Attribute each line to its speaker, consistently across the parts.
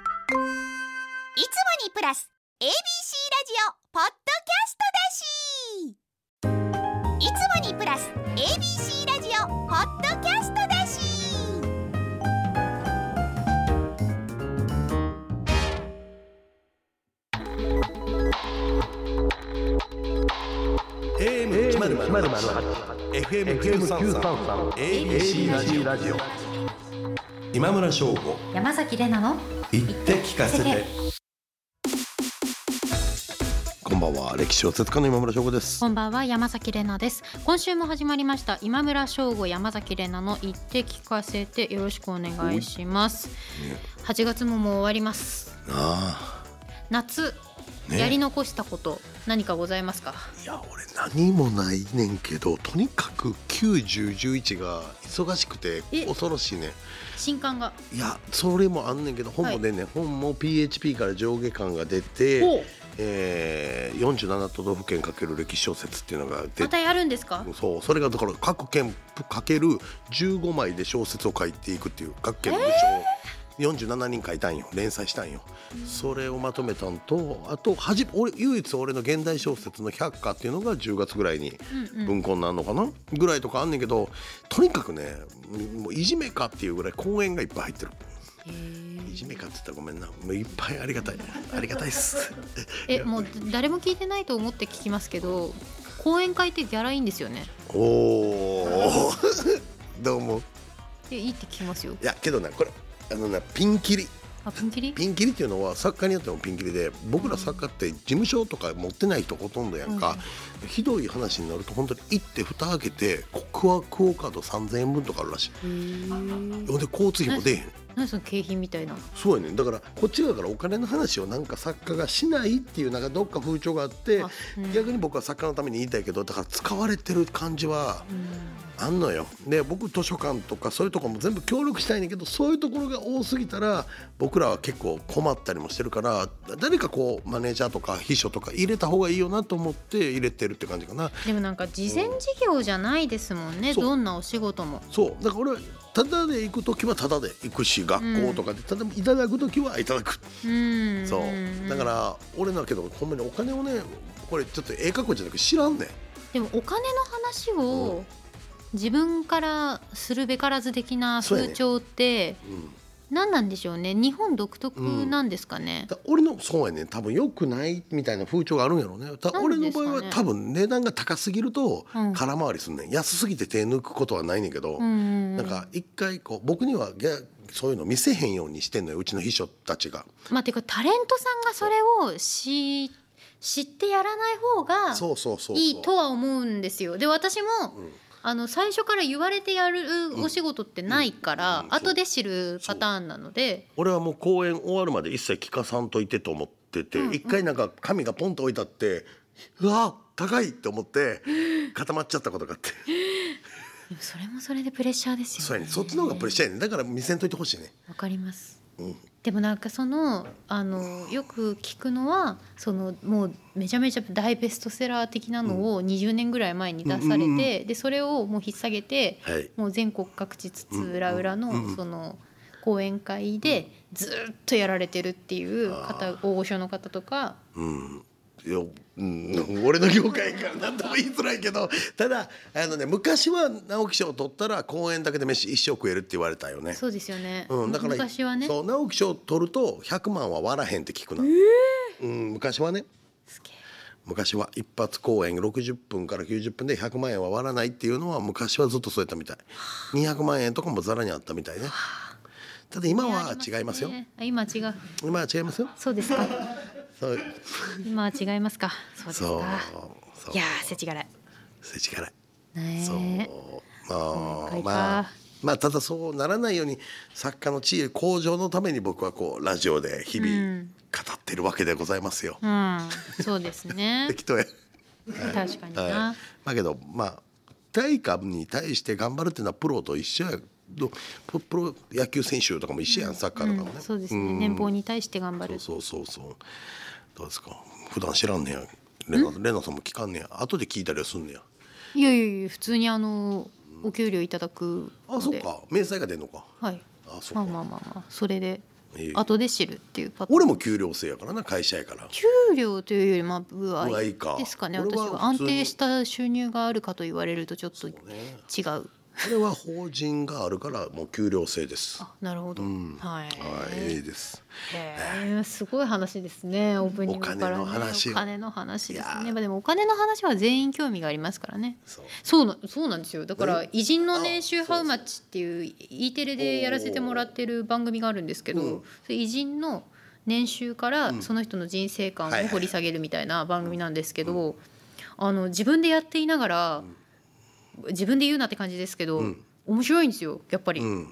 Speaker 1: いつもにプラス ABC ラジオポッドキャストだしいつもにプラス ABC ラジオポッドキャストだし
Speaker 2: マルマルマルマル
Speaker 3: FM933
Speaker 2: ABC ラジオ
Speaker 3: ラジオ
Speaker 2: 今村翔吾
Speaker 4: 山崎れなの
Speaker 2: 言って聞かせてこんばんは歴史小説家の今村翔吾です
Speaker 4: こんばんは山崎れなです今週も始まりました今村翔吾山崎れなの言って聞かせてよろしくお願いします8月ももう終わります
Speaker 2: あ
Speaker 4: 夏
Speaker 2: あね
Speaker 4: やり残したこと何かございますか
Speaker 2: いや俺何もないねんけどとにかく9011が忙しくて
Speaker 4: え
Speaker 2: 恐ろしいね
Speaker 4: 新刊が
Speaker 2: いやそれもあんねんけど本も出んねん、本も PHP から上下巻が出て、
Speaker 4: お
Speaker 2: えー、47都道府県かける歴史小説っていうのが出
Speaker 4: ま
Speaker 2: て
Speaker 4: たやるんですか
Speaker 2: そうそれがだから各県かける15枚で小説を書いていくっていう各県の部長を47人書いたんよ連載したんよそれをまとめたんとあとはじ俺唯一俺の現代小説の「百科」っていうのが10月ぐらいに
Speaker 4: うんうん
Speaker 2: 文庫になるのかなぐらいとかあんねんけどとにかくねもういじめかっていうぐらい講演がいっぱい入ってる
Speaker 4: へー
Speaker 2: いじめかって言ったらごめんなもういっぱいありがたいありがたいっす
Speaker 4: えもう誰も聞いてないと思って聞きますけど講演会ってギャラいいんですよね
Speaker 2: おお どうも
Speaker 4: えいいって聞きますよ
Speaker 2: いやけどなこれあのなピンキリ
Speaker 4: あピンキリ
Speaker 2: ピンキリっていうのは作家によってもピンキリで僕ら作家って事務所とか持ってない人ほとんどやんか、ひどい話になると本当に行って蓋開けてクワクオカード3000円分とかあるらしい
Speaker 4: へー
Speaker 2: ほんで交通費も出えへん
Speaker 4: 何その景品みたいな
Speaker 2: そうやねんだからこっち側からお金の話をなんか作家がしないっていうなんかどっか風潮があって
Speaker 4: あうん
Speaker 2: 逆に僕は作家のために言いたいけどだから使われてる感じは
Speaker 4: うん
Speaker 2: あんのよで僕図書館とかそういうとこも全部協力したいねんだけどそういうところが多すぎたら僕らは結構困ったりもしてるから誰かこうマネージャーとか秘書とか入れた方がいいよなと思って入れてるって感じかな
Speaker 4: でもなんか事前事業じゃないですもんね、
Speaker 2: そう
Speaker 4: どんなお仕事も。
Speaker 2: そうだから俺はタダで行く時はタダで行くし学校とかでただいただく時はいただく
Speaker 4: うん
Speaker 2: そうだから俺だけどほんまにお金をねこれちょっとええ格好じゃなく知らんねん
Speaker 4: でもお金の話
Speaker 2: う
Speaker 4: を自分からするべからず的な
Speaker 2: そうやね
Speaker 4: 風潮って
Speaker 2: うん
Speaker 4: 何なんでしょうね日本独特なんですかね、
Speaker 2: だ俺のそうやね多分良くないみたいな風潮があるんやろうねだ
Speaker 4: なん
Speaker 2: 俺の
Speaker 4: ですか
Speaker 2: 場
Speaker 4: ね
Speaker 2: 合は多分値段が高すぎると
Speaker 4: うん
Speaker 2: 空回りすんねん、安すぎて手抜くことはないねんけど、
Speaker 4: うんうんうん
Speaker 2: なんか一回こう僕にはギャそういうの見せへんようにしてんのようちの秘書たちが
Speaker 4: まあていうかタレントさんがそれをし知ってやらない方が
Speaker 2: そうそうそうそう
Speaker 4: いいとは思うんですよで私も、
Speaker 2: うん
Speaker 4: あの最初から言われてやるお仕事ってないから、
Speaker 2: うんうん
Speaker 4: 後で知るパターンなので
Speaker 2: 俺はもう公演終わるまで一切聞かさんといてと思ってて、
Speaker 4: うんうん
Speaker 2: 一回なんか紙がポンと置いたってうわ高いって思って固まっちゃったことがあ って
Speaker 4: でもそれもそれでプレッシャーですよね
Speaker 2: そうやねそっちの方がプレッシャーやねだから見せんといてほしいね、
Speaker 4: わかります
Speaker 2: うん、
Speaker 4: でもなんかそのあのよく聞くのはそのもうめちゃめちゃ大ベストセラー的なのを20年ぐらい前に出されて、
Speaker 2: うんうんうん
Speaker 4: でそれをもう引っ提げて
Speaker 2: はい
Speaker 4: もう全国各地津々浦々
Speaker 2: うんうん
Speaker 4: のその講演会でずっとやられてるっていう
Speaker 2: あ
Speaker 4: 方大御所の方とか
Speaker 2: うんようん、俺の業界が何とも言いづらいけどただあの、ね、昔は直木賞を取ったら公演だけで飯一生食えるって言われたよね。
Speaker 4: そうですよね、
Speaker 2: うん、だから
Speaker 4: 昔はね
Speaker 2: そう直木賞を取ると100万は割らへんって聞くな、うん、昔はね
Speaker 4: すげえ
Speaker 2: 昔は一発公演60分から90分で100万円は割らないっていうのは昔はずっとそうやったみたい200万円とかもざらにあったみたいねただ今は違いますよ
Speaker 4: ねあ今違う
Speaker 2: 今は違いますよ
Speaker 4: そうですか
Speaker 2: そう
Speaker 4: 今は違いますかそうです
Speaker 2: そう
Speaker 4: か
Speaker 2: そう
Speaker 4: いやー世知辛い
Speaker 2: 世知辛い
Speaker 4: ねえ
Speaker 2: そうま
Speaker 4: 今
Speaker 2: あ
Speaker 4: 回か
Speaker 2: まあまあただそうならないように作家の地位向上のために僕はこうラジオで日
Speaker 4: う
Speaker 2: 々語
Speaker 4: ん
Speaker 2: ってるわけでございますよ。
Speaker 4: うん、そうです ね。
Speaker 2: 適当や。
Speaker 4: 確かにな。
Speaker 2: はい。だけどまあ対価に対して頑張るっていうのはプロと一緒やどププロ野球選手とかも一緒やん、サッカーとかもね。
Speaker 4: うんそうですね。
Speaker 2: ん
Speaker 4: 年俸に対して頑張
Speaker 2: そ
Speaker 4: る
Speaker 2: う。そうそうそう。どうですか。普段知らんねや。レナレナさんも聞かんねや。後で聞いたりはすんねや。
Speaker 4: いやいやいや、普通にあの、お給料いただくの
Speaker 2: あ
Speaker 4: で。
Speaker 2: そうか。明細が出んのか。
Speaker 4: はい。
Speaker 2: あそう
Speaker 4: ま
Speaker 2: か。
Speaker 4: あまあまあまあ、それで。
Speaker 2: ええ
Speaker 4: 後で知るっていうパターン
Speaker 2: 俺も給料制やからな会社やから
Speaker 4: 給料というよりまあ部合
Speaker 2: 部合か
Speaker 4: ですかね
Speaker 2: これ
Speaker 4: 私
Speaker 2: は
Speaker 4: は
Speaker 2: 普
Speaker 4: 安
Speaker 2: 通に
Speaker 4: 定した収入があるかと言われるとちょっと違
Speaker 2: そうね
Speaker 4: う
Speaker 2: これは法人があるからもう給料制ですは
Speaker 4: あなるほど、
Speaker 2: うん
Speaker 4: はい、
Speaker 2: いいいです
Speaker 4: へえすごい話ですねオープニングから、ね、
Speaker 2: お金の話
Speaker 4: お金の話です
Speaker 2: いや
Speaker 4: ねまあでもお金の話は全員興味がありますからね
Speaker 2: そう
Speaker 4: そうなそうなんですよだから
Speaker 2: え
Speaker 4: 「偉人の
Speaker 2: あ
Speaker 4: 年収
Speaker 2: そう
Speaker 4: ハウマッチ」っていう E テレでやらせてもらってる番組があるんですけど、
Speaker 2: うん
Speaker 4: それ偉人の年収からその人の人生観
Speaker 2: はい
Speaker 4: を
Speaker 2: はい
Speaker 4: 掘り下げるみたいな番組なんですけど、あの自分でやっていながら、自分で言うなって感じですけど、
Speaker 2: うん
Speaker 4: 面白いんですよやっぱり、
Speaker 2: うん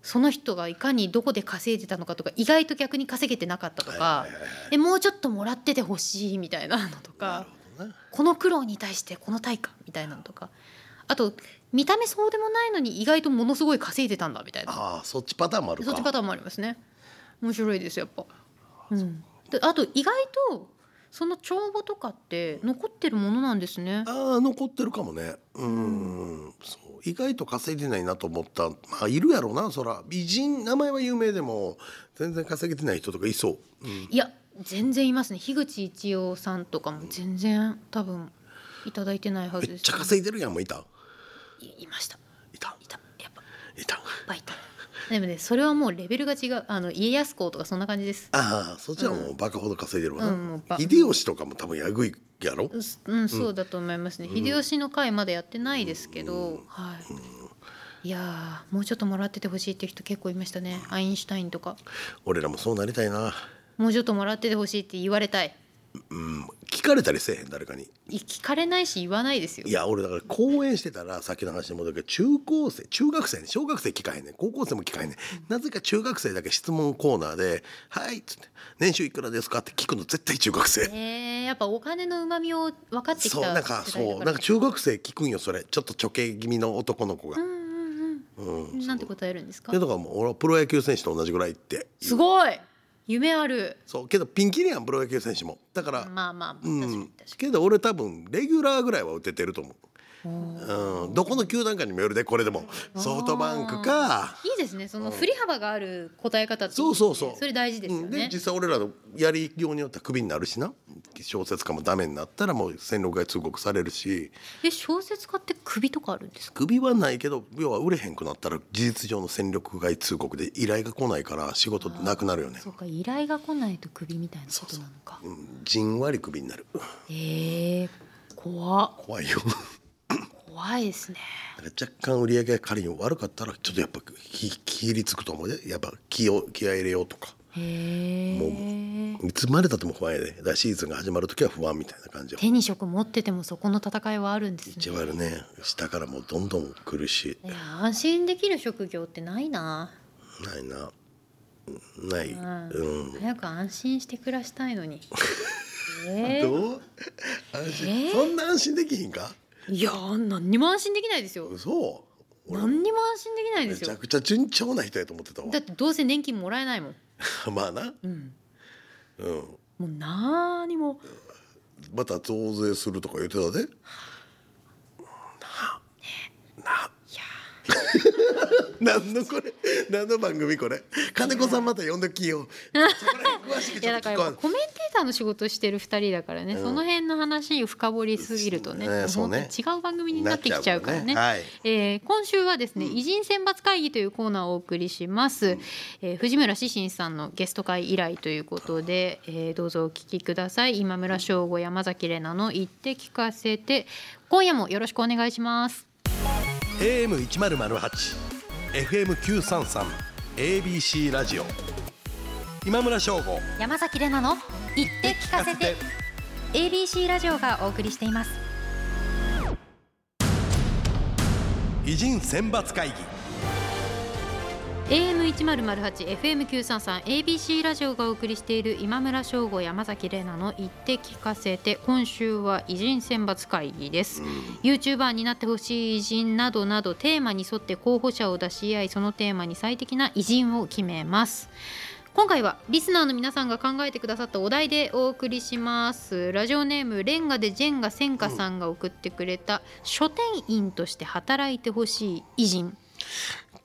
Speaker 4: その人がいかにどこで稼いでたのかとか意外と逆に稼げてなかったと
Speaker 2: は
Speaker 4: か、
Speaker 2: いはいはいはい
Speaker 4: でもうちょっともらっててほしいみたいなのとか。
Speaker 2: なるほどね
Speaker 4: この苦労に対してこの対価みたいなのとかあと見た目そうでもないのに意外とものすごい稼いでたんだみたいな
Speaker 2: ああそっちパターンもあるか
Speaker 4: そっちパターンもありますね面白いですやっぱ、うん、であと意外とその帳簿とかって残ってるものなんですね
Speaker 2: ああ残ってるかもねうん、そう意外と稼いでないなと思ったまあいるやろうなそら美人名前は有名でも全然稼げてない人とかいそう、うん、
Speaker 4: いや全然いますね樋口一葉さんとかも全然多分いただいてないはず
Speaker 2: め
Speaker 4: で
Speaker 2: っ
Speaker 4: す、
Speaker 2: ちゃ稼いでるやんもういた
Speaker 4: いいました
Speaker 2: いた
Speaker 4: いたやっぱいっ
Speaker 2: いた
Speaker 4: ぱいいたでもねそれはもうレベルが違うあの家康公とかそんな感じです
Speaker 2: ああそっちはもうバカほど稼いでるわな、
Speaker 4: うんもうバ
Speaker 2: 秀吉とかも多分やぐいやろ、
Speaker 4: うすうん、そうだと思いますね、秀吉の会まだやってないですけど、はい、いやーもうちょっともらっててほしいっていう人結構いましたねアインシュタインとか
Speaker 2: 俺らもそうなりたいな
Speaker 4: もうちょっともらっててほしいって言われたい
Speaker 2: うん聞かれたりせえへん誰かに
Speaker 4: い聞かれないし言わないですよ
Speaker 2: いや俺だから講演してたらさっきの話に戻るけど中高生中学生ね小学生聞かへんねん高校生も聞かへんねんなぜか中学生だけ質問コーナーで「はい」っつって「年収いくらですか?」って聞くの絶対中学生、
Speaker 4: えー、やっぱお金のうまみを分かってきた
Speaker 2: そうなんか
Speaker 4: 世
Speaker 2: そ
Speaker 4: 代
Speaker 2: う
Speaker 4: だ
Speaker 2: な
Speaker 4: ら
Speaker 2: んか中学生聞くんよそれちょっとちょけ気味の男の子が
Speaker 4: う、んうん
Speaker 2: うん
Speaker 4: うんなんて答えるんですか
Speaker 2: でだからもう俺はプロ野球選手と同じぐらいって
Speaker 4: すごい夢ある
Speaker 2: そうけどピンキリやんプロ野球選手もだから、
Speaker 4: まあまあまあ確
Speaker 2: う
Speaker 4: かに
Speaker 2: ん
Speaker 4: 確かに、
Speaker 2: けど俺多分レギュラーぐらいは打ててると思う。うん、どこの球団かにもよるでこれでもソフトバンクか
Speaker 4: いいですねその振り幅がある答え方っていいですね
Speaker 2: そうそうそう
Speaker 4: それ大事ですよ
Speaker 2: うんで
Speaker 4: ね、
Speaker 2: 実際俺らのやりようによってはクビになるしな小説家もダメになったらもう戦力外通告されるし
Speaker 4: え小説家って首とかあるんですか
Speaker 2: クビはないけど要は売れへんくなったら事実上の戦力外通告で依頼が来ないから仕事なくなるよね
Speaker 4: そうか依頼が来ないと首みたいなことなのか
Speaker 2: うんじんわりクビになる
Speaker 4: ええ怖っ
Speaker 2: 怖いよ
Speaker 4: 怖いですね
Speaker 2: だから若干売り上げが仮に悪かったらちょっとやっぱひひりつくと思うでやっぱ気を気合い入れようとか
Speaker 4: へえ
Speaker 2: いつまでたっても不安やでだからシーズンが始まる時は不安みたいな感じよ
Speaker 4: 手に職持っててもそこの戦いはあるんです
Speaker 2: 一
Speaker 4: ね
Speaker 2: 番あるね下からもうどんどん苦し
Speaker 4: いや安心できる職業ってないない
Speaker 2: ないなない、
Speaker 4: ん
Speaker 2: うん
Speaker 4: 早く安心して暮らしたい のにえー
Speaker 2: どう安心、
Speaker 4: えー
Speaker 2: そんな安心できひんか
Speaker 4: いや何にも安心できないですよ
Speaker 2: 嘘俺
Speaker 4: 何にも安心できないで
Speaker 2: め
Speaker 4: す
Speaker 2: ちゃ
Speaker 4: よ
Speaker 2: くちゃ順調な人やと思ってたわ
Speaker 4: だってどうせ年金もらえないもん
Speaker 2: まあな
Speaker 4: うん
Speaker 2: うん
Speaker 4: もう何も
Speaker 2: また増税するとか言ってたでなな 何のこれ何の番組これ金子さんまた呼んでき ようそこら辺詳しく
Speaker 4: い
Speaker 2: ちょ
Speaker 4: や
Speaker 2: っ
Speaker 4: だ
Speaker 2: と聞
Speaker 4: から
Speaker 2: こ
Speaker 4: やっ
Speaker 2: う
Speaker 4: ぱコメンテーターの仕事してる二人だからね、その辺の話を深掘りすぎるとね,、
Speaker 2: ねそうね
Speaker 4: 違う番組になってきちゃうからね
Speaker 2: なっちゃうからねはい
Speaker 4: えー今週はですね、偉人選抜会議というコーナーをお送りします、えー藤村志信さんのゲスト会以来ということで、えーどうぞお聞きください今村翔吾山崎怜奈の言って聞かせて今夜もよろしくお願いします
Speaker 2: AM 一ゼロゼロ八、FM 九三三、ABC ラジオ。今村翔吾。
Speaker 4: 山崎怜奈の言って聞かせて ABC ラジオがお送りしています
Speaker 2: 偉人選抜会議。
Speaker 4: AM 一ゼロゼロ八、FM 九三三、ABC ラジオがお送りしている今村翔吾山崎玲奈の言って聞かせて。今週は偉人選抜会議です。ユーチューバーになってほしい偉人などなどテーマに沿って候補者を出し合い、そのテーマに最適な偉人を決めます。今回はリスナーの皆さんが考えてくださったお題でお送りしますラジオネームレンガでジェンガセンカさんが送ってくれた書店員として働いてほしい偉人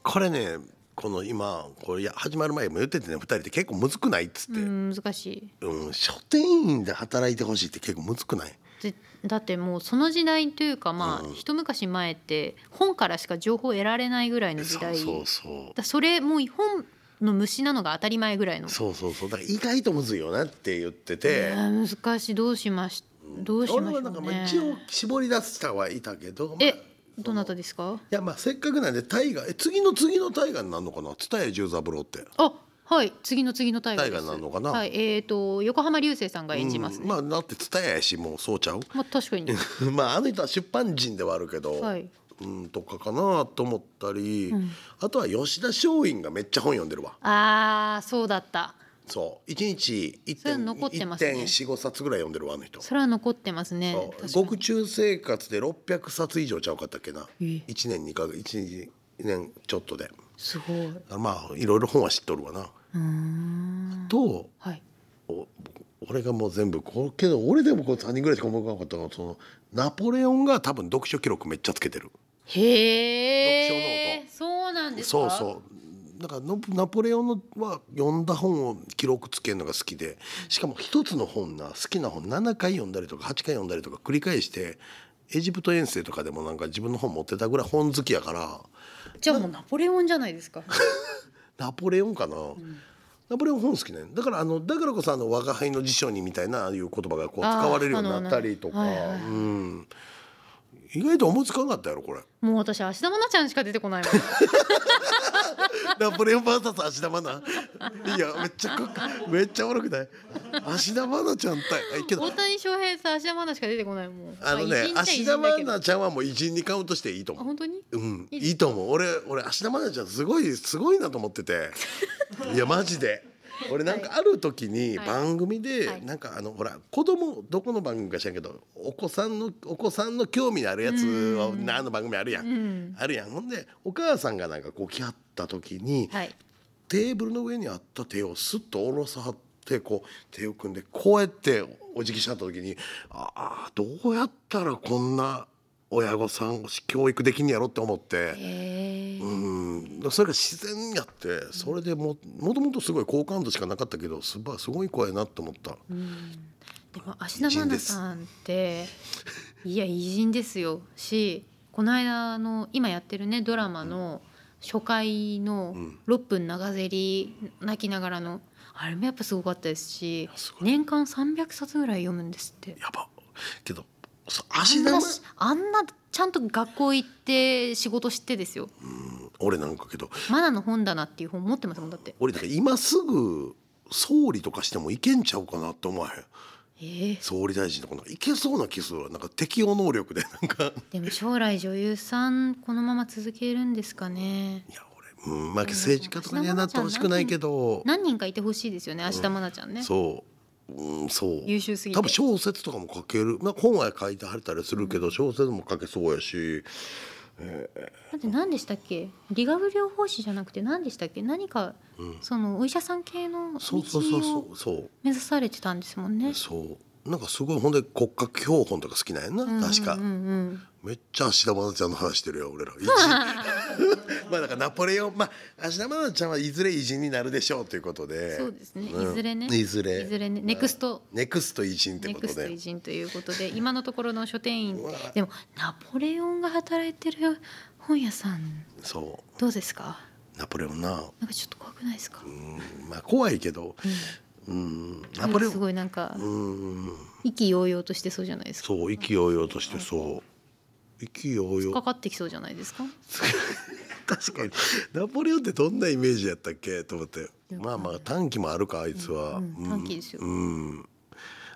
Speaker 2: これね、この今これいや始まる前も言っててね2人って結構むずくないっつって、うん
Speaker 4: うん、難しい
Speaker 2: 書店員で働いてほしいって結構むずくない
Speaker 4: ぜだってもうその時代というかまあ、
Speaker 2: うん
Speaker 4: 一昔前って本からしか情報を得られないぐらいの時代
Speaker 2: そうそう
Speaker 4: だそれもう本の虫なのが当たり前ぐらいの
Speaker 2: そうそうそうそうだから意外とむずいよなって言って
Speaker 4: え
Speaker 2: て、
Speaker 4: ー難しいどうしましどうしま
Speaker 2: 俺
Speaker 4: しょ
Speaker 2: は
Speaker 4: う
Speaker 2: なんかまあ
Speaker 4: ね
Speaker 2: 一応絞り出したはいたけど、まあ
Speaker 4: え
Speaker 2: い
Speaker 4: どなたですか
Speaker 2: やまあせっかくなんで大河え次の次の大河になるのかな蔦屋十三郎って
Speaker 4: あはい次の次の大河で
Speaker 2: 大
Speaker 4: す
Speaker 2: 河なのかな
Speaker 4: はいえー、と横浜流星さんが演じますね、
Speaker 2: うんまあだって蔦屋やしもうそうちゃう
Speaker 4: まあ確かに
Speaker 2: まああの人は出版人ではあるけど、
Speaker 4: はい
Speaker 2: うんとかかなと思ったり、あとは吉田松陰がめっちゃ本読んでるわ
Speaker 4: ああそうだった
Speaker 2: そう一日一
Speaker 4: それ
Speaker 2: 点
Speaker 4: 残ってますね
Speaker 2: 1.45、冊ぐらい読んでるわあの人
Speaker 4: それは残ってますね
Speaker 2: そう
Speaker 4: 確かに
Speaker 2: 獄中生活で600冊以上ちゃうかったっけな
Speaker 4: ええ
Speaker 2: 1年2か月1年ちょっとです
Speaker 4: ごいう
Speaker 2: あまあいろいろ本は知っとるわな。
Speaker 4: ーん
Speaker 2: と
Speaker 4: はい
Speaker 2: お俺がもう全部こうけど俺でもこう3人ぐらいしか思い浮かばなかったのはそのナポレオンが多分読書記録めっちゃつけてる。
Speaker 4: へ
Speaker 2: 読書ノ
Speaker 4: えそうなんです
Speaker 2: そ
Speaker 4: か
Speaker 2: うそうだからのナポレオンのは読んだ本を記録つけるのが好きでしかも一つの本な好きな本7回読んだりとか8回読んだりとか繰り返してエジプト遠征とかでもなんか自分の本持ってたぐらい本好きやから
Speaker 4: じゃあもうナポレオンじゃないですか
Speaker 2: ナポレオンかな、ナポレオン本好きねだからあのだからこそあの「我が輩の辞書に」みたいなああいう言葉がこう
Speaker 4: あー
Speaker 2: 使われるようになったりとか、
Speaker 4: あのはいはい
Speaker 2: うん、意外と思いつかなかったやろこれ
Speaker 4: もう私芦田愛菜ちゃんしか出てこ ないもん
Speaker 2: ナポレオン VS 芦田愛菜いやめっちゃかっこめっちゃおもろくない芦田愛菜ちゃん対あけど
Speaker 4: 大谷翔平さん芦田愛菜しか出てこないもん
Speaker 2: あの
Speaker 4: ま偉
Speaker 2: ね
Speaker 4: 人っちゃ偉
Speaker 2: 芦
Speaker 4: 人
Speaker 2: 田
Speaker 4: だ
Speaker 2: 愛
Speaker 4: けど
Speaker 2: 菜ちゃんはもう偉人にカウントしていいと
Speaker 4: あ
Speaker 2: 思う。
Speaker 4: 本当に
Speaker 2: うん、
Speaker 4: いい
Speaker 2: いいと思う俺俺芦田愛菜ちゃんすごいすごいなと思って ていやマジで俺なんかある時に
Speaker 4: はい
Speaker 2: 番組で、
Speaker 4: はい
Speaker 2: なんかあのほら子供どこの番組か知らんけどお子さんのお子さんの興味のあるやつは
Speaker 4: うん
Speaker 2: 何の番組あるやん、
Speaker 4: うん
Speaker 2: あるやんほんでお母さんがなんかこう来はった時に、
Speaker 4: はい
Speaker 2: テーブルの上にあった手をスッと下ろさはってこう手を組んでこうやってお辞儀しはった時にああどうやったらこんな親御さんを教育できんやろって思って。
Speaker 4: へえ
Speaker 2: うん、それが自然やってそれでももともとすごい好感度しかなかったけどすばすごい子やなと思った
Speaker 4: うんでも芦田愛菜さんっていや偉人ですよしこの間の今やってるねドラマの初回の
Speaker 2: うん
Speaker 4: 6分長ゼリ泣きながらのあれもやっぱすごかったですし
Speaker 2: すごい
Speaker 4: 年間300冊ぐらい読むんですって
Speaker 2: やばけどそ
Speaker 4: あ
Speaker 2: 芦
Speaker 4: ん
Speaker 2: 田
Speaker 4: な
Speaker 2: 愛
Speaker 4: しあんなちゃんと学校行って仕事してですよ
Speaker 2: うん俺なんかけど
Speaker 4: 「マナの本棚」っていう本持ってますもんだって
Speaker 2: 俺なんか今すぐ総理とかしてもいけんちゃうかなって思わへん
Speaker 4: ええ
Speaker 2: 総理大臣とかなんかいけそうな気するわなんか適応能力でなんか
Speaker 4: でも将来女優さんこのまま続けるんですかね
Speaker 2: いや俺、うんまあ、政治家とかにはなってほしくないけど
Speaker 4: 何人かいてほしいですよね芦田愛菜ちゃんね、
Speaker 2: そう、うん、そう
Speaker 4: 優秀すぎて
Speaker 2: 多分小説とかも書ける、まあ、本は書いてはれたりするけど小説も書けそうやし
Speaker 4: だって何でしたっけ理学療法士じゃなくて何でしたっけ何か、そのお医者さん系の道
Speaker 2: そうそうそうそ
Speaker 4: を
Speaker 2: うそう
Speaker 4: 目指されてたんですもんね。
Speaker 2: そうなんかすごいほんで骨格標本とか好きなんやな、確か、
Speaker 4: うんうん
Speaker 2: めっちゃ芦田愛菜ちゃんの話してるよ俺ら 一 まあだからナポレオンまあ芦田愛菜ちゃんはいずれ偉人になるでしょうということ
Speaker 4: うん、
Speaker 2: で
Speaker 4: そうですね、
Speaker 2: うん
Speaker 4: いずれね
Speaker 2: いずれ
Speaker 4: いずれねネクスト
Speaker 2: ネクスト偉人って
Speaker 4: ネ
Speaker 2: こ
Speaker 4: ク
Speaker 2: と
Speaker 4: スト偉
Speaker 2: で
Speaker 4: 人ということで今のところの書店員
Speaker 2: うわ
Speaker 4: でもナポレオンが働いてる本屋さん
Speaker 2: そ
Speaker 4: どうですか
Speaker 2: うナポレオンな
Speaker 4: なんかちょっと怖くないですか、
Speaker 2: うんまあ怖いけどうんナポ
Speaker 4: な
Speaker 2: レオ
Speaker 4: んかす
Speaker 2: ン
Speaker 4: ごいなんか
Speaker 2: うん
Speaker 4: 意気揚々としてそうじゃないですか
Speaker 2: そう意気揚々としてそう意気揚
Speaker 4: か
Speaker 2: 々
Speaker 4: かってきそうじゃないですか
Speaker 2: 確かにナポレオンってどんなイメージやったっけと思ってまあまあ短期もあるかあいつは、
Speaker 4: うん短期ですよ
Speaker 2: うん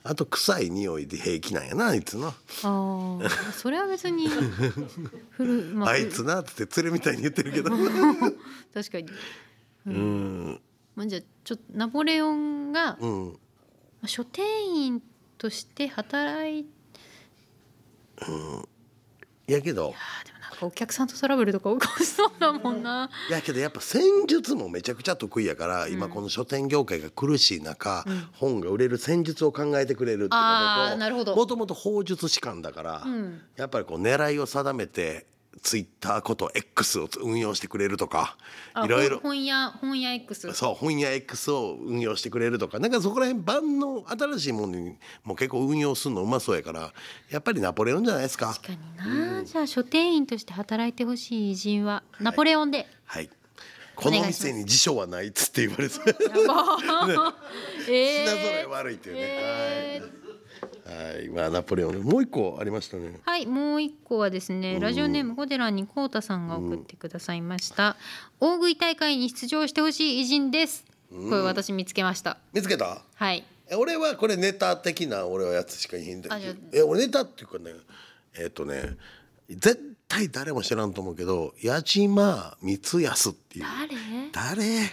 Speaker 2: あと臭い匂いで平気なんやなあいつな、
Speaker 4: ああ、それは別 に。ふる、ま
Speaker 2: あいつなって連れみたいに言ってるけど
Speaker 4: 確かに。
Speaker 2: うん
Speaker 4: まあ、じゃあ、ちょっとナポレオンが、
Speaker 2: う
Speaker 4: ま
Speaker 2: ん
Speaker 4: あ書店員として働い。
Speaker 2: やけど
Speaker 4: あーでも、なんかお客さんとトラブルとか起こしそうだもんな。
Speaker 2: やけどやっぱ戦術もめちゃくちゃ得意やから、今この書店業界が苦しい中、本が売れる戦術を考えてくれるってこと
Speaker 4: あーなるほ
Speaker 2: と
Speaker 4: ど
Speaker 2: もともと法術士官だから、
Speaker 4: ん
Speaker 2: やっぱりこう狙いを定めてツイッターこと X を運用してくれるとか
Speaker 4: あ
Speaker 2: いろいろ
Speaker 4: 本屋本屋 X
Speaker 2: そう本屋 X を運用してくれるとかなんかそこら辺万能新しいものにもう結構運用するのうまそうやからやっぱりナポレオンじゃないですか。
Speaker 4: 確かにな、じゃあ書店員として働いてほしい偉人はナポレオン で、
Speaker 2: はいこの店に辞書はないっつって言われて品
Speaker 4: やばーえ
Speaker 2: 揃え
Speaker 4: ー
Speaker 2: 悪いっていうね、
Speaker 4: えー
Speaker 2: はい、はい、まあナポレオンもう一個ありましたね
Speaker 4: はい、もう一個はですね、ラジオネームホデラにコウタさんが送ってくださいました。大食い大会に出場してほしい偉人です。これ私見つけました。
Speaker 2: 見つけた
Speaker 4: はい。
Speaker 2: え俺はこれネタ的な俺はやつしか言えんだ
Speaker 4: あじゃあ
Speaker 2: え俺ネタっていうかねえっ、とね絶対誰も知らんと思うけど矢島光康っていう
Speaker 4: 誰？
Speaker 2: 誰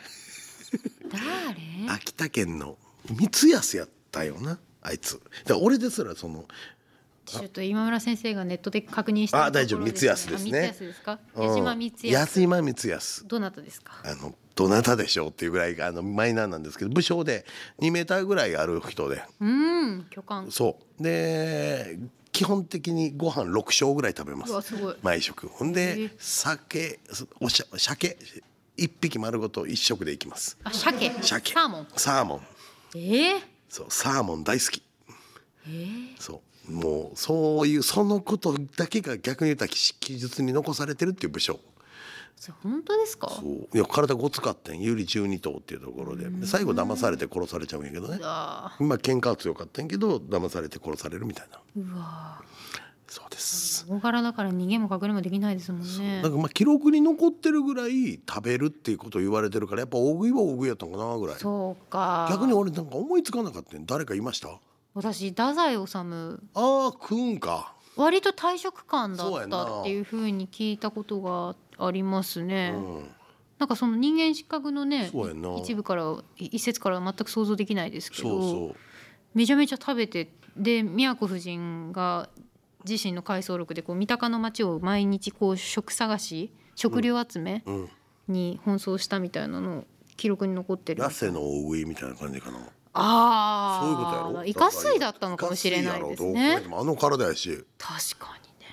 Speaker 4: 誰？
Speaker 2: 秋田県の光安やったよなあいつだから俺ですらその
Speaker 4: ちょっと今村先生がネットで確認して
Speaker 2: あ大丈夫光安ですね
Speaker 4: あ光安ですか？矢島光
Speaker 2: うん
Speaker 4: 安。
Speaker 2: 安今光安
Speaker 4: どなたですか？
Speaker 2: あのどなたでしょうっていうぐらいあのマイナーなんですけど武将で2メーターぐらいある人で
Speaker 4: うん、巨漢。
Speaker 2: そうで基本的にご飯6升ぐらい食べま
Speaker 4: うわ
Speaker 2: す
Speaker 4: すごい。
Speaker 2: 毎食ほん
Speaker 4: え
Speaker 2: で酒おしゃ鮭1匹丸ごと1食でいきます
Speaker 4: あ、鮭。
Speaker 2: 鮭
Speaker 4: サーモン。
Speaker 2: サーモン
Speaker 4: ええ
Speaker 2: そうサーモン大好き
Speaker 4: えー
Speaker 2: そうもうそういうそのことだけが逆に言ったら記述に残されてるっていう武将
Speaker 4: それ本当ですか？
Speaker 2: そういや体ごつかってん有利12頭っていうところで最後騙されて殺されちゃうんやけどね
Speaker 4: うわ
Speaker 2: まあ喧嘩は強かったんやけど騙されて殺されるみたいな
Speaker 4: ー、うわ
Speaker 2: そうです
Speaker 4: ー。大柄だから逃げも隠れもできないですもんね
Speaker 2: だか。らまあ記録に残ってるぐらい食べるっていうことを言われてるからやっぱ大食いは大食いやったんかなぐらい
Speaker 4: そうか。
Speaker 2: 逆に俺なんか思いつかなかったん誰かいましたあ
Speaker 4: 私太宰治
Speaker 2: あー食うんか
Speaker 4: 割と退職感だ
Speaker 2: そうや
Speaker 4: っ
Speaker 2: な
Speaker 4: たっていうふうに聞いたことがあります
Speaker 2: う
Speaker 4: ね。
Speaker 2: ん
Speaker 4: なんかその人間失格のね
Speaker 2: そうやな
Speaker 4: 一部からい一節からは全く想像できないですけど
Speaker 2: そうそう
Speaker 4: めちゃめちゃ食べてで宮子夫人が自身の回想録でこう三鷹の町を毎日こう食探し食料集め
Speaker 2: うん
Speaker 4: に奔走したみたいなの記録に残ってる。
Speaker 2: ラッセの大食いみたいな感じかな
Speaker 4: ああ
Speaker 2: そういうことやろ
Speaker 4: イカ水だったのかもしれないですね
Speaker 2: イカ水やろどう考えて。もあの体やし
Speaker 4: 確かにね。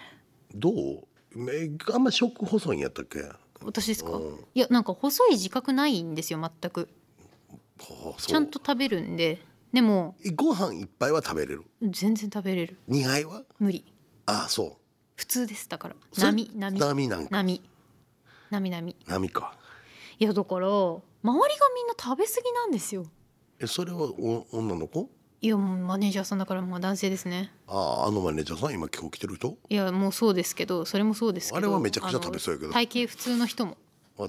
Speaker 2: どうめあんま食細いんやったっけあ
Speaker 4: 私ですか、
Speaker 2: うん
Speaker 4: いやなんか細い自覚ないんですよ全く
Speaker 2: あそう
Speaker 4: ちゃんと食べるんででも
Speaker 2: ご飯一杯は食べれる
Speaker 4: 全然食べれる
Speaker 2: 二杯は
Speaker 4: 無理
Speaker 2: ああそ
Speaker 4: 普通ですだから
Speaker 2: うそれ
Speaker 4: 波波波
Speaker 2: 波なんか
Speaker 4: 波波波
Speaker 2: 波か
Speaker 4: いやだから周りがみんな食べ過ぎなんですよ
Speaker 2: えそれはお女の子
Speaker 4: いやもうマネージャーさんだからまあ男性ですね
Speaker 2: あああのマネージャーさん今今日来てる人
Speaker 4: いやもうそうですけどそれもそうですけど
Speaker 2: あれはめちゃくちゃ食べそうやけど
Speaker 4: あの体型普通の人も
Speaker 2: あ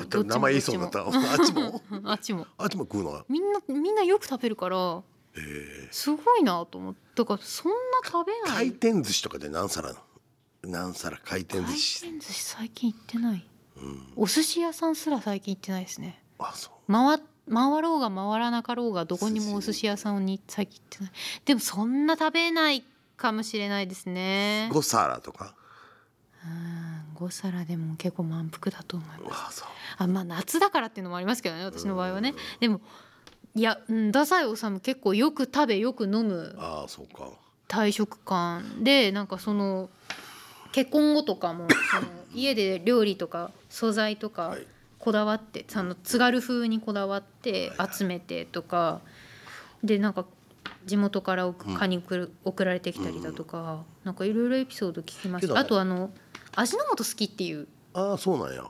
Speaker 2: あ
Speaker 4: どっちも
Speaker 2: 名前言いそうになった あ
Speaker 4: ど
Speaker 2: っちも
Speaker 4: あっちも
Speaker 2: あっちも食うの
Speaker 4: みんなみんなよく食べるから
Speaker 2: ええ
Speaker 4: すごいなと思ってだからそんな食べな
Speaker 2: 回
Speaker 4: い
Speaker 2: 転寿司とかで何皿なの何皿回転寿
Speaker 4: 回
Speaker 2: 司
Speaker 4: 転寿司最近行ってない
Speaker 2: うん
Speaker 4: お寿司屋さんすら最近行ってないですね
Speaker 2: あそう
Speaker 4: 回回ろうが回らなかろうがどこにもお寿司屋さんに最近行ってないでもそんな食べないかもしれないですね
Speaker 2: 5皿とか
Speaker 4: うん5皿でも結構満腹だと思います
Speaker 2: あそう
Speaker 4: あまあ夏だからっていうのもありますけどね私の場合はねでもいやうん太宰治結構よく食べよく飲む
Speaker 2: ああそうか
Speaker 4: 退職感でなんかその結婚後とかもその家で料理とか素材とか
Speaker 2: はい
Speaker 4: こだわってその津軽風にこだわって集めてとかでなんか地元からおく
Speaker 2: うん
Speaker 4: カニ送る送られてきたりだとかなんかいろいろエピソード聞きまし
Speaker 2: け
Speaker 4: た
Speaker 2: ど
Speaker 4: あとあの味の素好きっていう
Speaker 2: ああそうなんや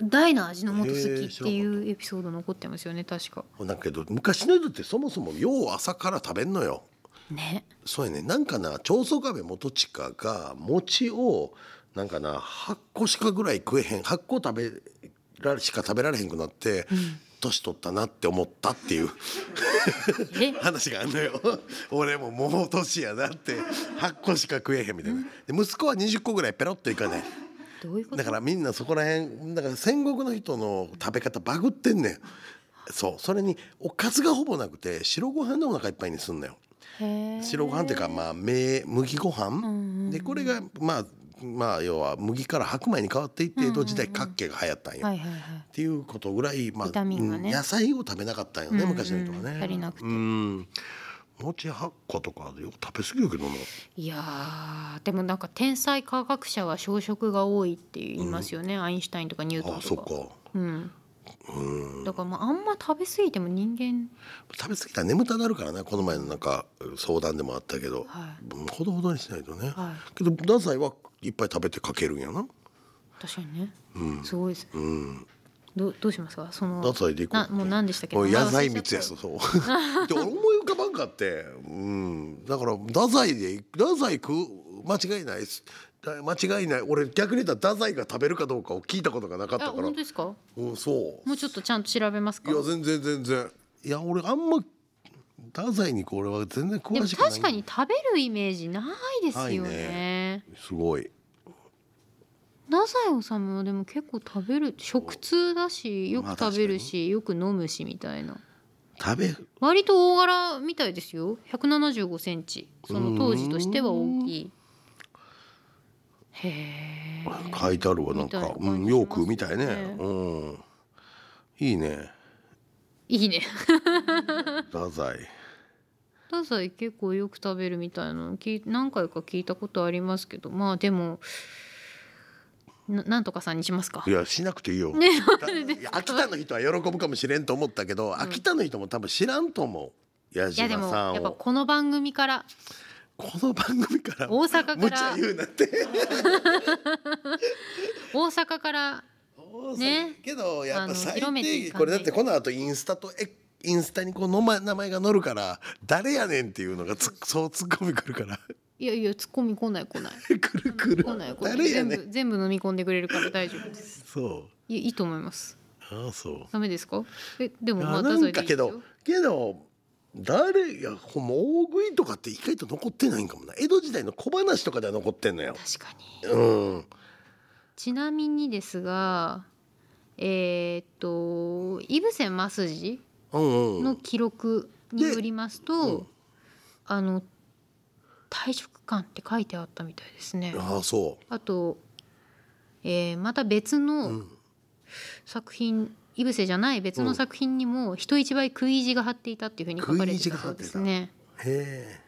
Speaker 4: 大の味の素好
Speaker 2: へえ
Speaker 4: きっていうエピソード残ってますよね確か
Speaker 2: だけど昔の人ってそもそもよう朝から食べんのよ
Speaker 4: ね
Speaker 2: そうやねなんかな長宗我部元親が餅をなんかな8個しかぐらい食えへん8個食べられしか食べられへんくなって、年取ったなって思ったっていう
Speaker 4: え
Speaker 2: 話があんのよ俺ももう年やなって8個しか食えへんみたいな、で息子は20個ぐらいペロッといかね
Speaker 4: どういうこと
Speaker 2: だからみんなそこら辺だから戦国の人の食べ方バグってんねんそうそれにおかずがほぼなくて白ご飯でお腹いっぱいにすんのよ白ご飯っていうかまあめ麦ご飯、でこれがまあまあ要は麦から白米に変わっていって江戸時代カッケが流行ったんよ、
Speaker 4: はいはいは
Speaker 2: っ
Speaker 4: い
Speaker 2: ていうことぐらい、まあ
Speaker 4: ビタミンがね
Speaker 2: うん野菜を食べなかったんよね、
Speaker 4: うんうん
Speaker 2: 昔の人はね。
Speaker 4: 足りなくて
Speaker 2: うん餅8個とかでよく食べ過ぎるけどない
Speaker 4: やーでもなんか天才科学者は小食が多いって言いますよね、アインシュタインとかニュートンと
Speaker 2: あ
Speaker 4: か
Speaker 2: そっか
Speaker 4: うん、
Speaker 2: うん
Speaker 4: だからまああんま食べ過ぎても人間
Speaker 2: 食べ過ぎたら眠たなるからねこの前のなんか相談でもあったけど、
Speaker 4: は
Speaker 2: うんほどほどにしないとね、
Speaker 4: は
Speaker 2: けど太宰はいっぱい食べてかけるんやな
Speaker 4: 確かにね、
Speaker 2: うん
Speaker 4: すごいですね
Speaker 2: うん
Speaker 4: どうどうしますかその
Speaker 2: 太宰でいこう
Speaker 4: なもう何でしたっけ
Speaker 2: もう野菜
Speaker 4: 名前忘れ
Speaker 2: 蜜
Speaker 4: ちゃ
Speaker 2: や
Speaker 4: った
Speaker 2: そう で俺思い浮かばんかってうんだから太宰で太宰食う間違いないですだ間違いない俺逆に言ったら太宰が食べるかどうかを聞いたことがなかった
Speaker 4: あ
Speaker 2: から
Speaker 4: 本当ですか
Speaker 2: うんそう
Speaker 4: もうちょっとちゃんと調べます
Speaker 2: い
Speaker 4: か
Speaker 2: や全然全然いや俺あんま太宰にこれは全然
Speaker 4: で
Speaker 2: 詳
Speaker 4: も
Speaker 2: しくない
Speaker 4: 確かに食べるイメージないですよ
Speaker 2: ない
Speaker 4: ね
Speaker 2: ねすごい
Speaker 4: 太宰治もでも結構食べる食通だしよく食べるし、よく飲むしみたいな
Speaker 2: 食べ
Speaker 4: 割と大柄みたいですよ1 7 5ンチその当時としては大きいへえ
Speaker 2: 書いてあるわなん
Speaker 4: みたい
Speaker 2: か
Speaker 4: な、
Speaker 2: う
Speaker 4: 感
Speaker 2: ん、
Speaker 4: じ
Speaker 2: よくみたいね
Speaker 4: しますよね
Speaker 2: うんいいね
Speaker 4: いいね
Speaker 2: 太宰
Speaker 4: 太宰結構よく食べるみたいなの聞い何回か聞いたことありますけどまあでもななんとかさんにしますか
Speaker 2: いやしなくていいよ、いや秋田の人は喜ぶかもしれんと思ったけど、秋田の人も多分知らんと思う矢
Speaker 4: いや
Speaker 2: 島
Speaker 4: でも
Speaker 2: さ
Speaker 4: や
Speaker 2: ん
Speaker 4: っぱ
Speaker 2: を
Speaker 4: この番組から
Speaker 2: この番組から
Speaker 4: 大阪から
Speaker 2: 無茶言うなって
Speaker 4: 大阪からね
Speaker 2: けどやっぱ最
Speaker 4: あの広めて
Speaker 2: 低限
Speaker 4: いかないと
Speaker 2: これだってこの後インスタとえインスタにこの名前名前が載るから誰やねんっていうのがつそうツッコミくるから
Speaker 4: いやいやツッコミ来ない来ない
Speaker 2: くるくる
Speaker 4: 来ない来ない
Speaker 2: 誰や
Speaker 4: 全
Speaker 2: ね
Speaker 4: 部
Speaker 2: ん
Speaker 4: 全部飲み込んでくれるから大丈夫です
Speaker 2: そう
Speaker 4: いいいと思います
Speaker 2: ああそう
Speaker 4: ダメですかえで
Speaker 2: い
Speaker 4: も
Speaker 2: や
Speaker 4: まあ
Speaker 2: な
Speaker 4: 太
Speaker 2: ん
Speaker 4: 宰で
Speaker 2: か
Speaker 4: いいで
Speaker 2: け
Speaker 4: すよ
Speaker 2: どけど誰いやほんま大食いとかって意外と残ってないんかもな江戸時代の小話とかでは残ってんのよ。
Speaker 4: 確かに
Speaker 2: うん、
Speaker 4: ちなみにですがえーっと井伏正治
Speaker 2: うんう
Speaker 4: の
Speaker 2: ん、
Speaker 4: 記録によりますと、
Speaker 2: うん
Speaker 4: あの退職感って書いてあったみたいですね。
Speaker 2: ああそ
Speaker 4: あと、えーまた別
Speaker 2: う、う
Speaker 4: の
Speaker 2: ん、
Speaker 4: 作品、井伏じゃない別の作品にも人一倍食い意地が張っていたっていうふうに書かれてたそうです
Speaker 2: 食い
Speaker 4: ね。
Speaker 2: へ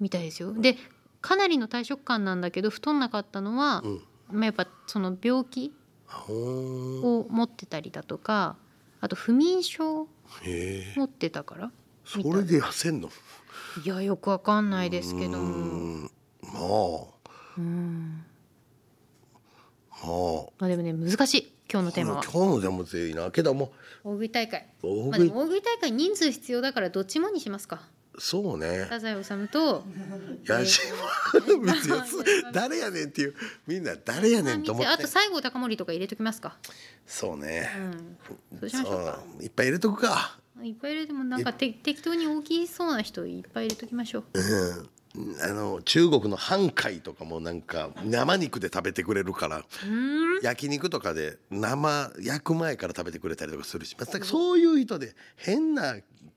Speaker 4: みたいですよ。でかなりの退職感なんだけど太んなかったのは
Speaker 2: え、う、ん、
Speaker 4: まあ、やっぱその病気
Speaker 2: ほー
Speaker 4: を持ってたりだとかあと不眠症を
Speaker 2: へえ
Speaker 4: 持ってたから
Speaker 2: それで痩せんの
Speaker 4: いやよくわかんないですけど
Speaker 2: う
Speaker 4: も
Speaker 2: んまあ
Speaker 4: うん
Speaker 2: まあ
Speaker 4: まあでもね難しい今日のテーマ
Speaker 2: 今
Speaker 4: は
Speaker 2: 日のでも強いなけども
Speaker 4: 大食い大会
Speaker 2: 大
Speaker 4: まあで
Speaker 2: 食い、
Speaker 4: も大食い大会人数必要だからどっちもにしますか
Speaker 2: そうね
Speaker 4: 太宰治と
Speaker 2: 矢島 別に誰やねんっていうみんな誰やねんと思っ
Speaker 4: あ
Speaker 2: て
Speaker 4: と西郷隆盛とか入れときますか
Speaker 2: そう
Speaker 4: う
Speaker 2: ね、
Speaker 4: んそうしましょうか
Speaker 2: うんいっぱい入れとくか
Speaker 4: いっぱい入れてもなんかて適当に大きそうな人いっぱい入れときましょう
Speaker 2: うんあの中国の半海とかもなんか生肉で食べてくれる から
Speaker 4: うん
Speaker 2: 焼肉とかで生焼く前から食べてくれたりとかするしまあそういう人で変な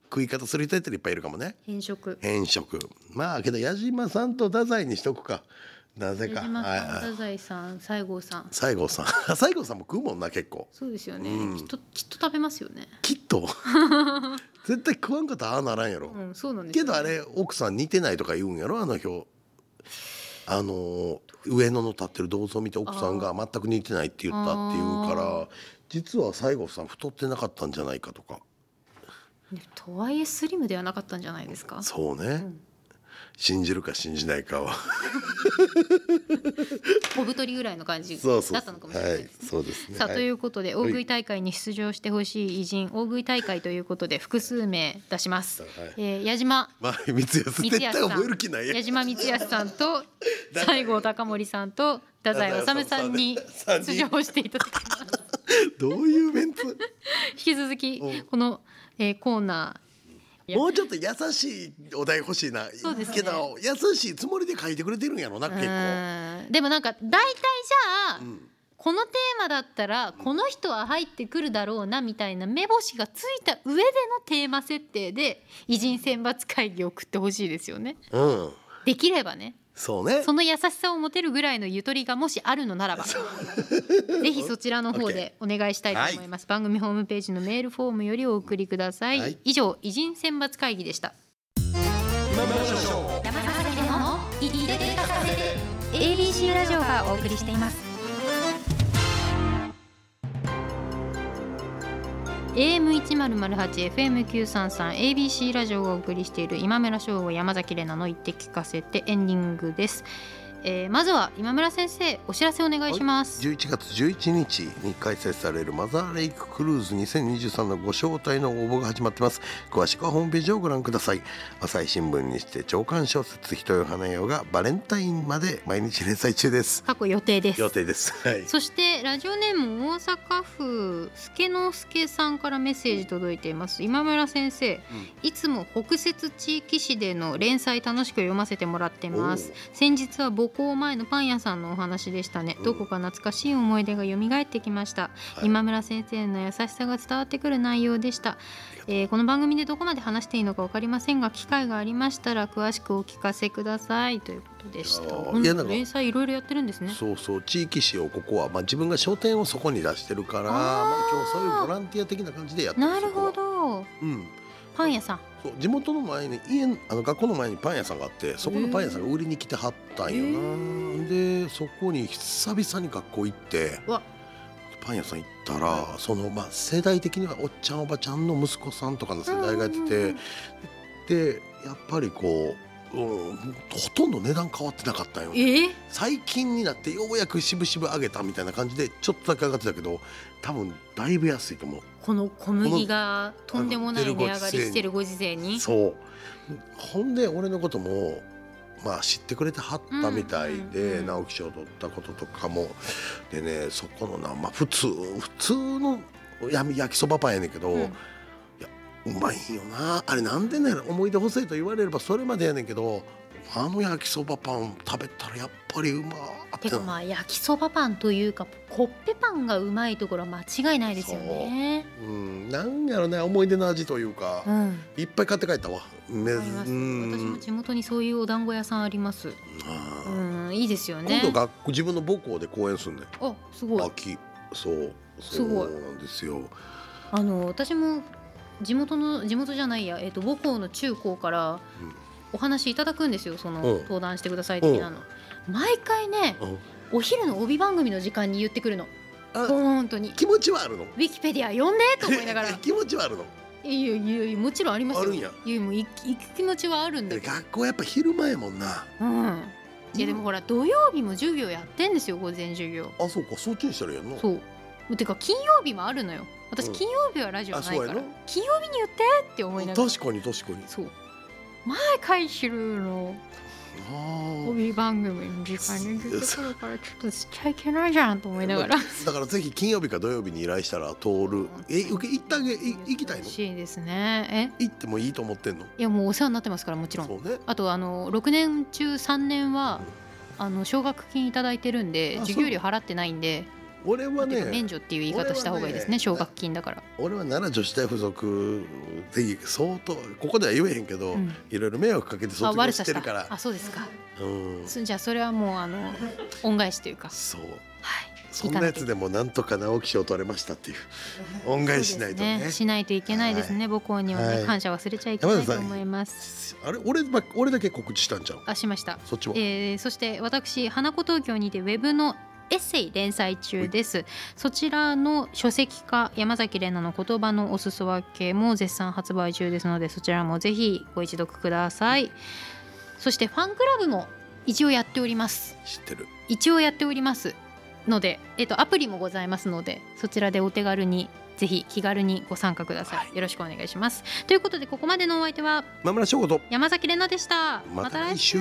Speaker 2: 食い方する人やったらいっぱいいるかもね
Speaker 4: 変色
Speaker 2: 変色まあけど矢島さんと太宰にしとくかなぜ
Speaker 4: 矢
Speaker 2: か
Speaker 4: 島
Speaker 2: はい
Speaker 4: さん
Speaker 2: はい
Speaker 4: 太宰さん西郷さん
Speaker 2: 西郷さん 西郷さんも食うもんな結構
Speaker 4: そうですよね、
Speaker 2: うん
Speaker 4: きっときっと食べますよね
Speaker 2: きっ と絶対食わんかったらああならんやろ、
Speaker 4: うんそうなんです
Speaker 2: け
Speaker 4: よ
Speaker 2: どあれ奥さん似てないとか言うんやろあの表あのー上野の立ってる銅像見て奥さんが全く似てないって言ったっていうか
Speaker 4: あ
Speaker 2: ら実は西郷さん太ってなかったんじゃないかとか
Speaker 4: ねとはいえスリムではなかったんじゃないですか
Speaker 2: そうね、信じるか信じないかは
Speaker 4: 小太りぐらいの感じ
Speaker 2: そうそう
Speaker 4: だったのかもしれない
Speaker 2: は
Speaker 4: です
Speaker 2: いそうですね
Speaker 4: さあ
Speaker 2: はい
Speaker 4: ということで大食い大会に出場してほしい偉人大食い大会ということで複数名出します、
Speaker 2: はい
Speaker 4: えー矢島
Speaker 2: まあ三ツ
Speaker 4: 光
Speaker 2: 絶
Speaker 4: 康
Speaker 2: 対
Speaker 4: さん
Speaker 2: 覚える気ないや
Speaker 4: 矢島光康さん と西郷隆盛さんと太宰治さんに
Speaker 2: 太宰治さん
Speaker 4: 出
Speaker 2: ね
Speaker 4: 場していただきます
Speaker 2: どういうメンツ
Speaker 4: 引き続き
Speaker 2: うん
Speaker 4: この、えーコーナー
Speaker 2: もうちょっと優しいお題欲しいな、
Speaker 4: そうですね
Speaker 2: けど優しいつもりで書いてくれてるんやろな
Speaker 4: う
Speaker 2: 結構、
Speaker 4: ーんでもなんか大体じゃあ、
Speaker 2: うん
Speaker 4: このテーマだったらこの人は入ってくるだろうなみたいな目星がついた上でのテーマ設定で偉人選抜会議を送ってほしいですよね
Speaker 2: うん、
Speaker 4: できればね
Speaker 2: そうね
Speaker 4: その優しさを持てるぐらいのゆとりがもしあるのならばぜひそちらの方でお願いしたいと思います、番組ホームページのメールフォームよりお送りください、
Speaker 2: はい
Speaker 4: 以上偉人選抜会議でした
Speaker 2: 今村翔吾
Speaker 4: 山崎でのいってきかせて ABC ラジオがお送りしています AM1008FM933ABC ラジオがお送りしている今村翔吾山崎怜奈の言って聞かせてエンディングです、えー、まずは今村先生お知らせお願いします、
Speaker 2: 11月11日に開催されるマザーレイククルーズ2023のご招待の応募が始まってます詳しくはホームページをご覧ください朝日新聞にして長官小説「人よ花よ」がバレンタインまで毎日連載中です
Speaker 4: 過去予定です
Speaker 2: 予定ですはい
Speaker 4: そしてラジオネーム大阪府助之助さんからメッセージ届いています今村先生、いつも北摂地域市での連載楽しく読ませてもらってます先日は母校前のパン屋さんのお話でしたね、
Speaker 2: うん
Speaker 4: どこか懐かしい思い出が蘇ってきました、
Speaker 2: はい
Speaker 4: 今村先生の優しさが伝わってくる内容でした、えーこの番組でどこまで話していいのか分かりませんが機会がありましたら詳しくお聞かせくださいということでした
Speaker 2: いやー
Speaker 4: うん
Speaker 2: いやなんか
Speaker 4: 連載いろいろやってるんですね
Speaker 2: そうそう地域紙をここは、まあ、自分が商店をそこに出してるから
Speaker 4: あー
Speaker 2: まあ、今日そういうボランティア的な感じでやって
Speaker 4: なるほ、
Speaker 2: そこは
Speaker 4: ど
Speaker 2: うん、
Speaker 4: パン屋さん
Speaker 2: そう地元の前に家のあの学校の前にパン屋さんがあってそこのパン屋さんが売りに来てはったんよな、
Speaker 4: へ
Speaker 2: でそこに久々に学校行って
Speaker 4: うわ
Speaker 2: パン屋さん行ったらその、まあ、世代的にはおっちゃんおばちゃんの息子さんとかの世代がやってて、
Speaker 4: うんうん
Speaker 2: でやっぱりこう、うん、ほとんど値段変わってなかったんよ。
Speaker 4: え
Speaker 2: 最近になってようやく渋々上げたみたいな感じでちょっとだけ上がってたけど多分だいぶ安いと思う
Speaker 4: この小麦がとんでもない値上がりしてるご時世に
Speaker 2: そうほんで俺のこともまあ知ってくれてはったみたいで、
Speaker 4: うんうんうん
Speaker 2: 直木賞取ったこととかもでねそこのな、まあ、普通普通のや焼きそばパンやねんけど、
Speaker 4: うん
Speaker 2: うまいんよなあれなんでね思い出補正と言われればそれまでやねんけどあの焼きそばパン食べたらやっぱりうまーって
Speaker 4: てか
Speaker 2: な
Speaker 4: まあ焼きそばパンというかコッペパンがうまいところは間違いないですよね
Speaker 2: うん、なんやろね思い出の味というか、
Speaker 4: うん
Speaker 2: いっぱい買って帰ったわめ
Speaker 4: あります
Speaker 2: うん
Speaker 4: 私も地元にそういうお団子屋さんあります
Speaker 2: あ
Speaker 4: う
Speaker 2: ー
Speaker 4: んいいですよ
Speaker 2: 今
Speaker 4: ね
Speaker 2: 度学校自分の母校で講演するんだよ
Speaker 4: あすごい
Speaker 2: 秋そう
Speaker 4: すごい
Speaker 2: そうなんですよ
Speaker 4: あの私も地元の地元じゃないやえっと母校の中高から
Speaker 2: うん
Speaker 4: お話いただくんですよその
Speaker 2: うん
Speaker 4: 登壇してください的なの毎回ね
Speaker 2: うん
Speaker 4: お昼の帯番組の時間に言ってくるの
Speaker 2: あ
Speaker 4: 本当に
Speaker 2: 気持ちはあるの
Speaker 4: ウィキペディア読んでと思 いながらい
Speaker 2: 気持ちはあるの
Speaker 4: やいやいやいやもちろんありますよ
Speaker 2: あるんや
Speaker 4: いやもう行き行く気持ちはあるんだけど
Speaker 2: 学校やっぱ昼前やもんな
Speaker 4: うんいやでもほら土曜日も授業やってんですよ午前授業
Speaker 2: あそうかそっちにしたらやんの
Speaker 4: そうてか金曜日もあるのよ私
Speaker 2: うん
Speaker 4: 金曜日はラジオないか
Speaker 2: あ
Speaker 4: ら、
Speaker 2: そうやの
Speaker 4: 金曜日に言ってって思いながら
Speaker 2: 確かに確かに
Speaker 4: そう毎回昼の
Speaker 2: ああ
Speaker 4: 帯番組の時間に言ってくるからちょっとしちゃいけないじゃんと思いながら
Speaker 2: だからぜひ金曜日か土曜日に依頼したら通るえ受け行ったあげい行きたいの
Speaker 4: 欲しいですねえ
Speaker 2: 行ってもいいと思ってんの
Speaker 4: いやもうお世話になってますからもちろん
Speaker 2: そうね
Speaker 4: あとあの6年中3年はあの奨学金いただいてるんで
Speaker 2: あ
Speaker 4: 授業料払ってないんで、
Speaker 2: 俺は
Speaker 4: て
Speaker 2: ね
Speaker 4: か免除っていう言い方した方がいいで
Speaker 2: 俺は
Speaker 4: すね
Speaker 2: ね
Speaker 4: 奨、学金だから、
Speaker 2: 俺は奈良女子大附属で相当ここでは言えへんけど、
Speaker 4: うん
Speaker 2: いろいろ迷惑かけて
Speaker 4: あ
Speaker 2: 卒業
Speaker 4: 悪
Speaker 2: し
Speaker 4: さ
Speaker 2: て
Speaker 4: し
Speaker 2: るから
Speaker 4: たあそうですか
Speaker 2: うん
Speaker 4: すじゃあそれはもうあの恩返しというか
Speaker 2: そう
Speaker 4: はい
Speaker 2: そんなやつでもなんとか直木賞取れましたっていう恩返ししないと
Speaker 4: そうで
Speaker 2: ね
Speaker 4: すしないといけないですね、母校にはね、
Speaker 2: はい
Speaker 4: 感謝忘れちゃいけないと思います
Speaker 2: あれ俺ば俺だけ告知したんじゃん
Speaker 4: あしました
Speaker 2: そっちも、
Speaker 4: えーそして私花子東京にてウェブのエッセイ連載中ですそちらの書籍化山崎怜奈の言葉のお裾分けも絶賛発売中ですのでそちらもぜひご一読くださいそしてファンクラブも一応やっております
Speaker 2: 知ってる
Speaker 4: 一応やっておりますので、えっと、アプリもございますのでそちらでお手軽にぜひ気軽にご参加ください、よろしくお願いしますということでここまでのお相手は
Speaker 2: 今村翔吾と
Speaker 4: 山崎怜奈でした
Speaker 2: また来週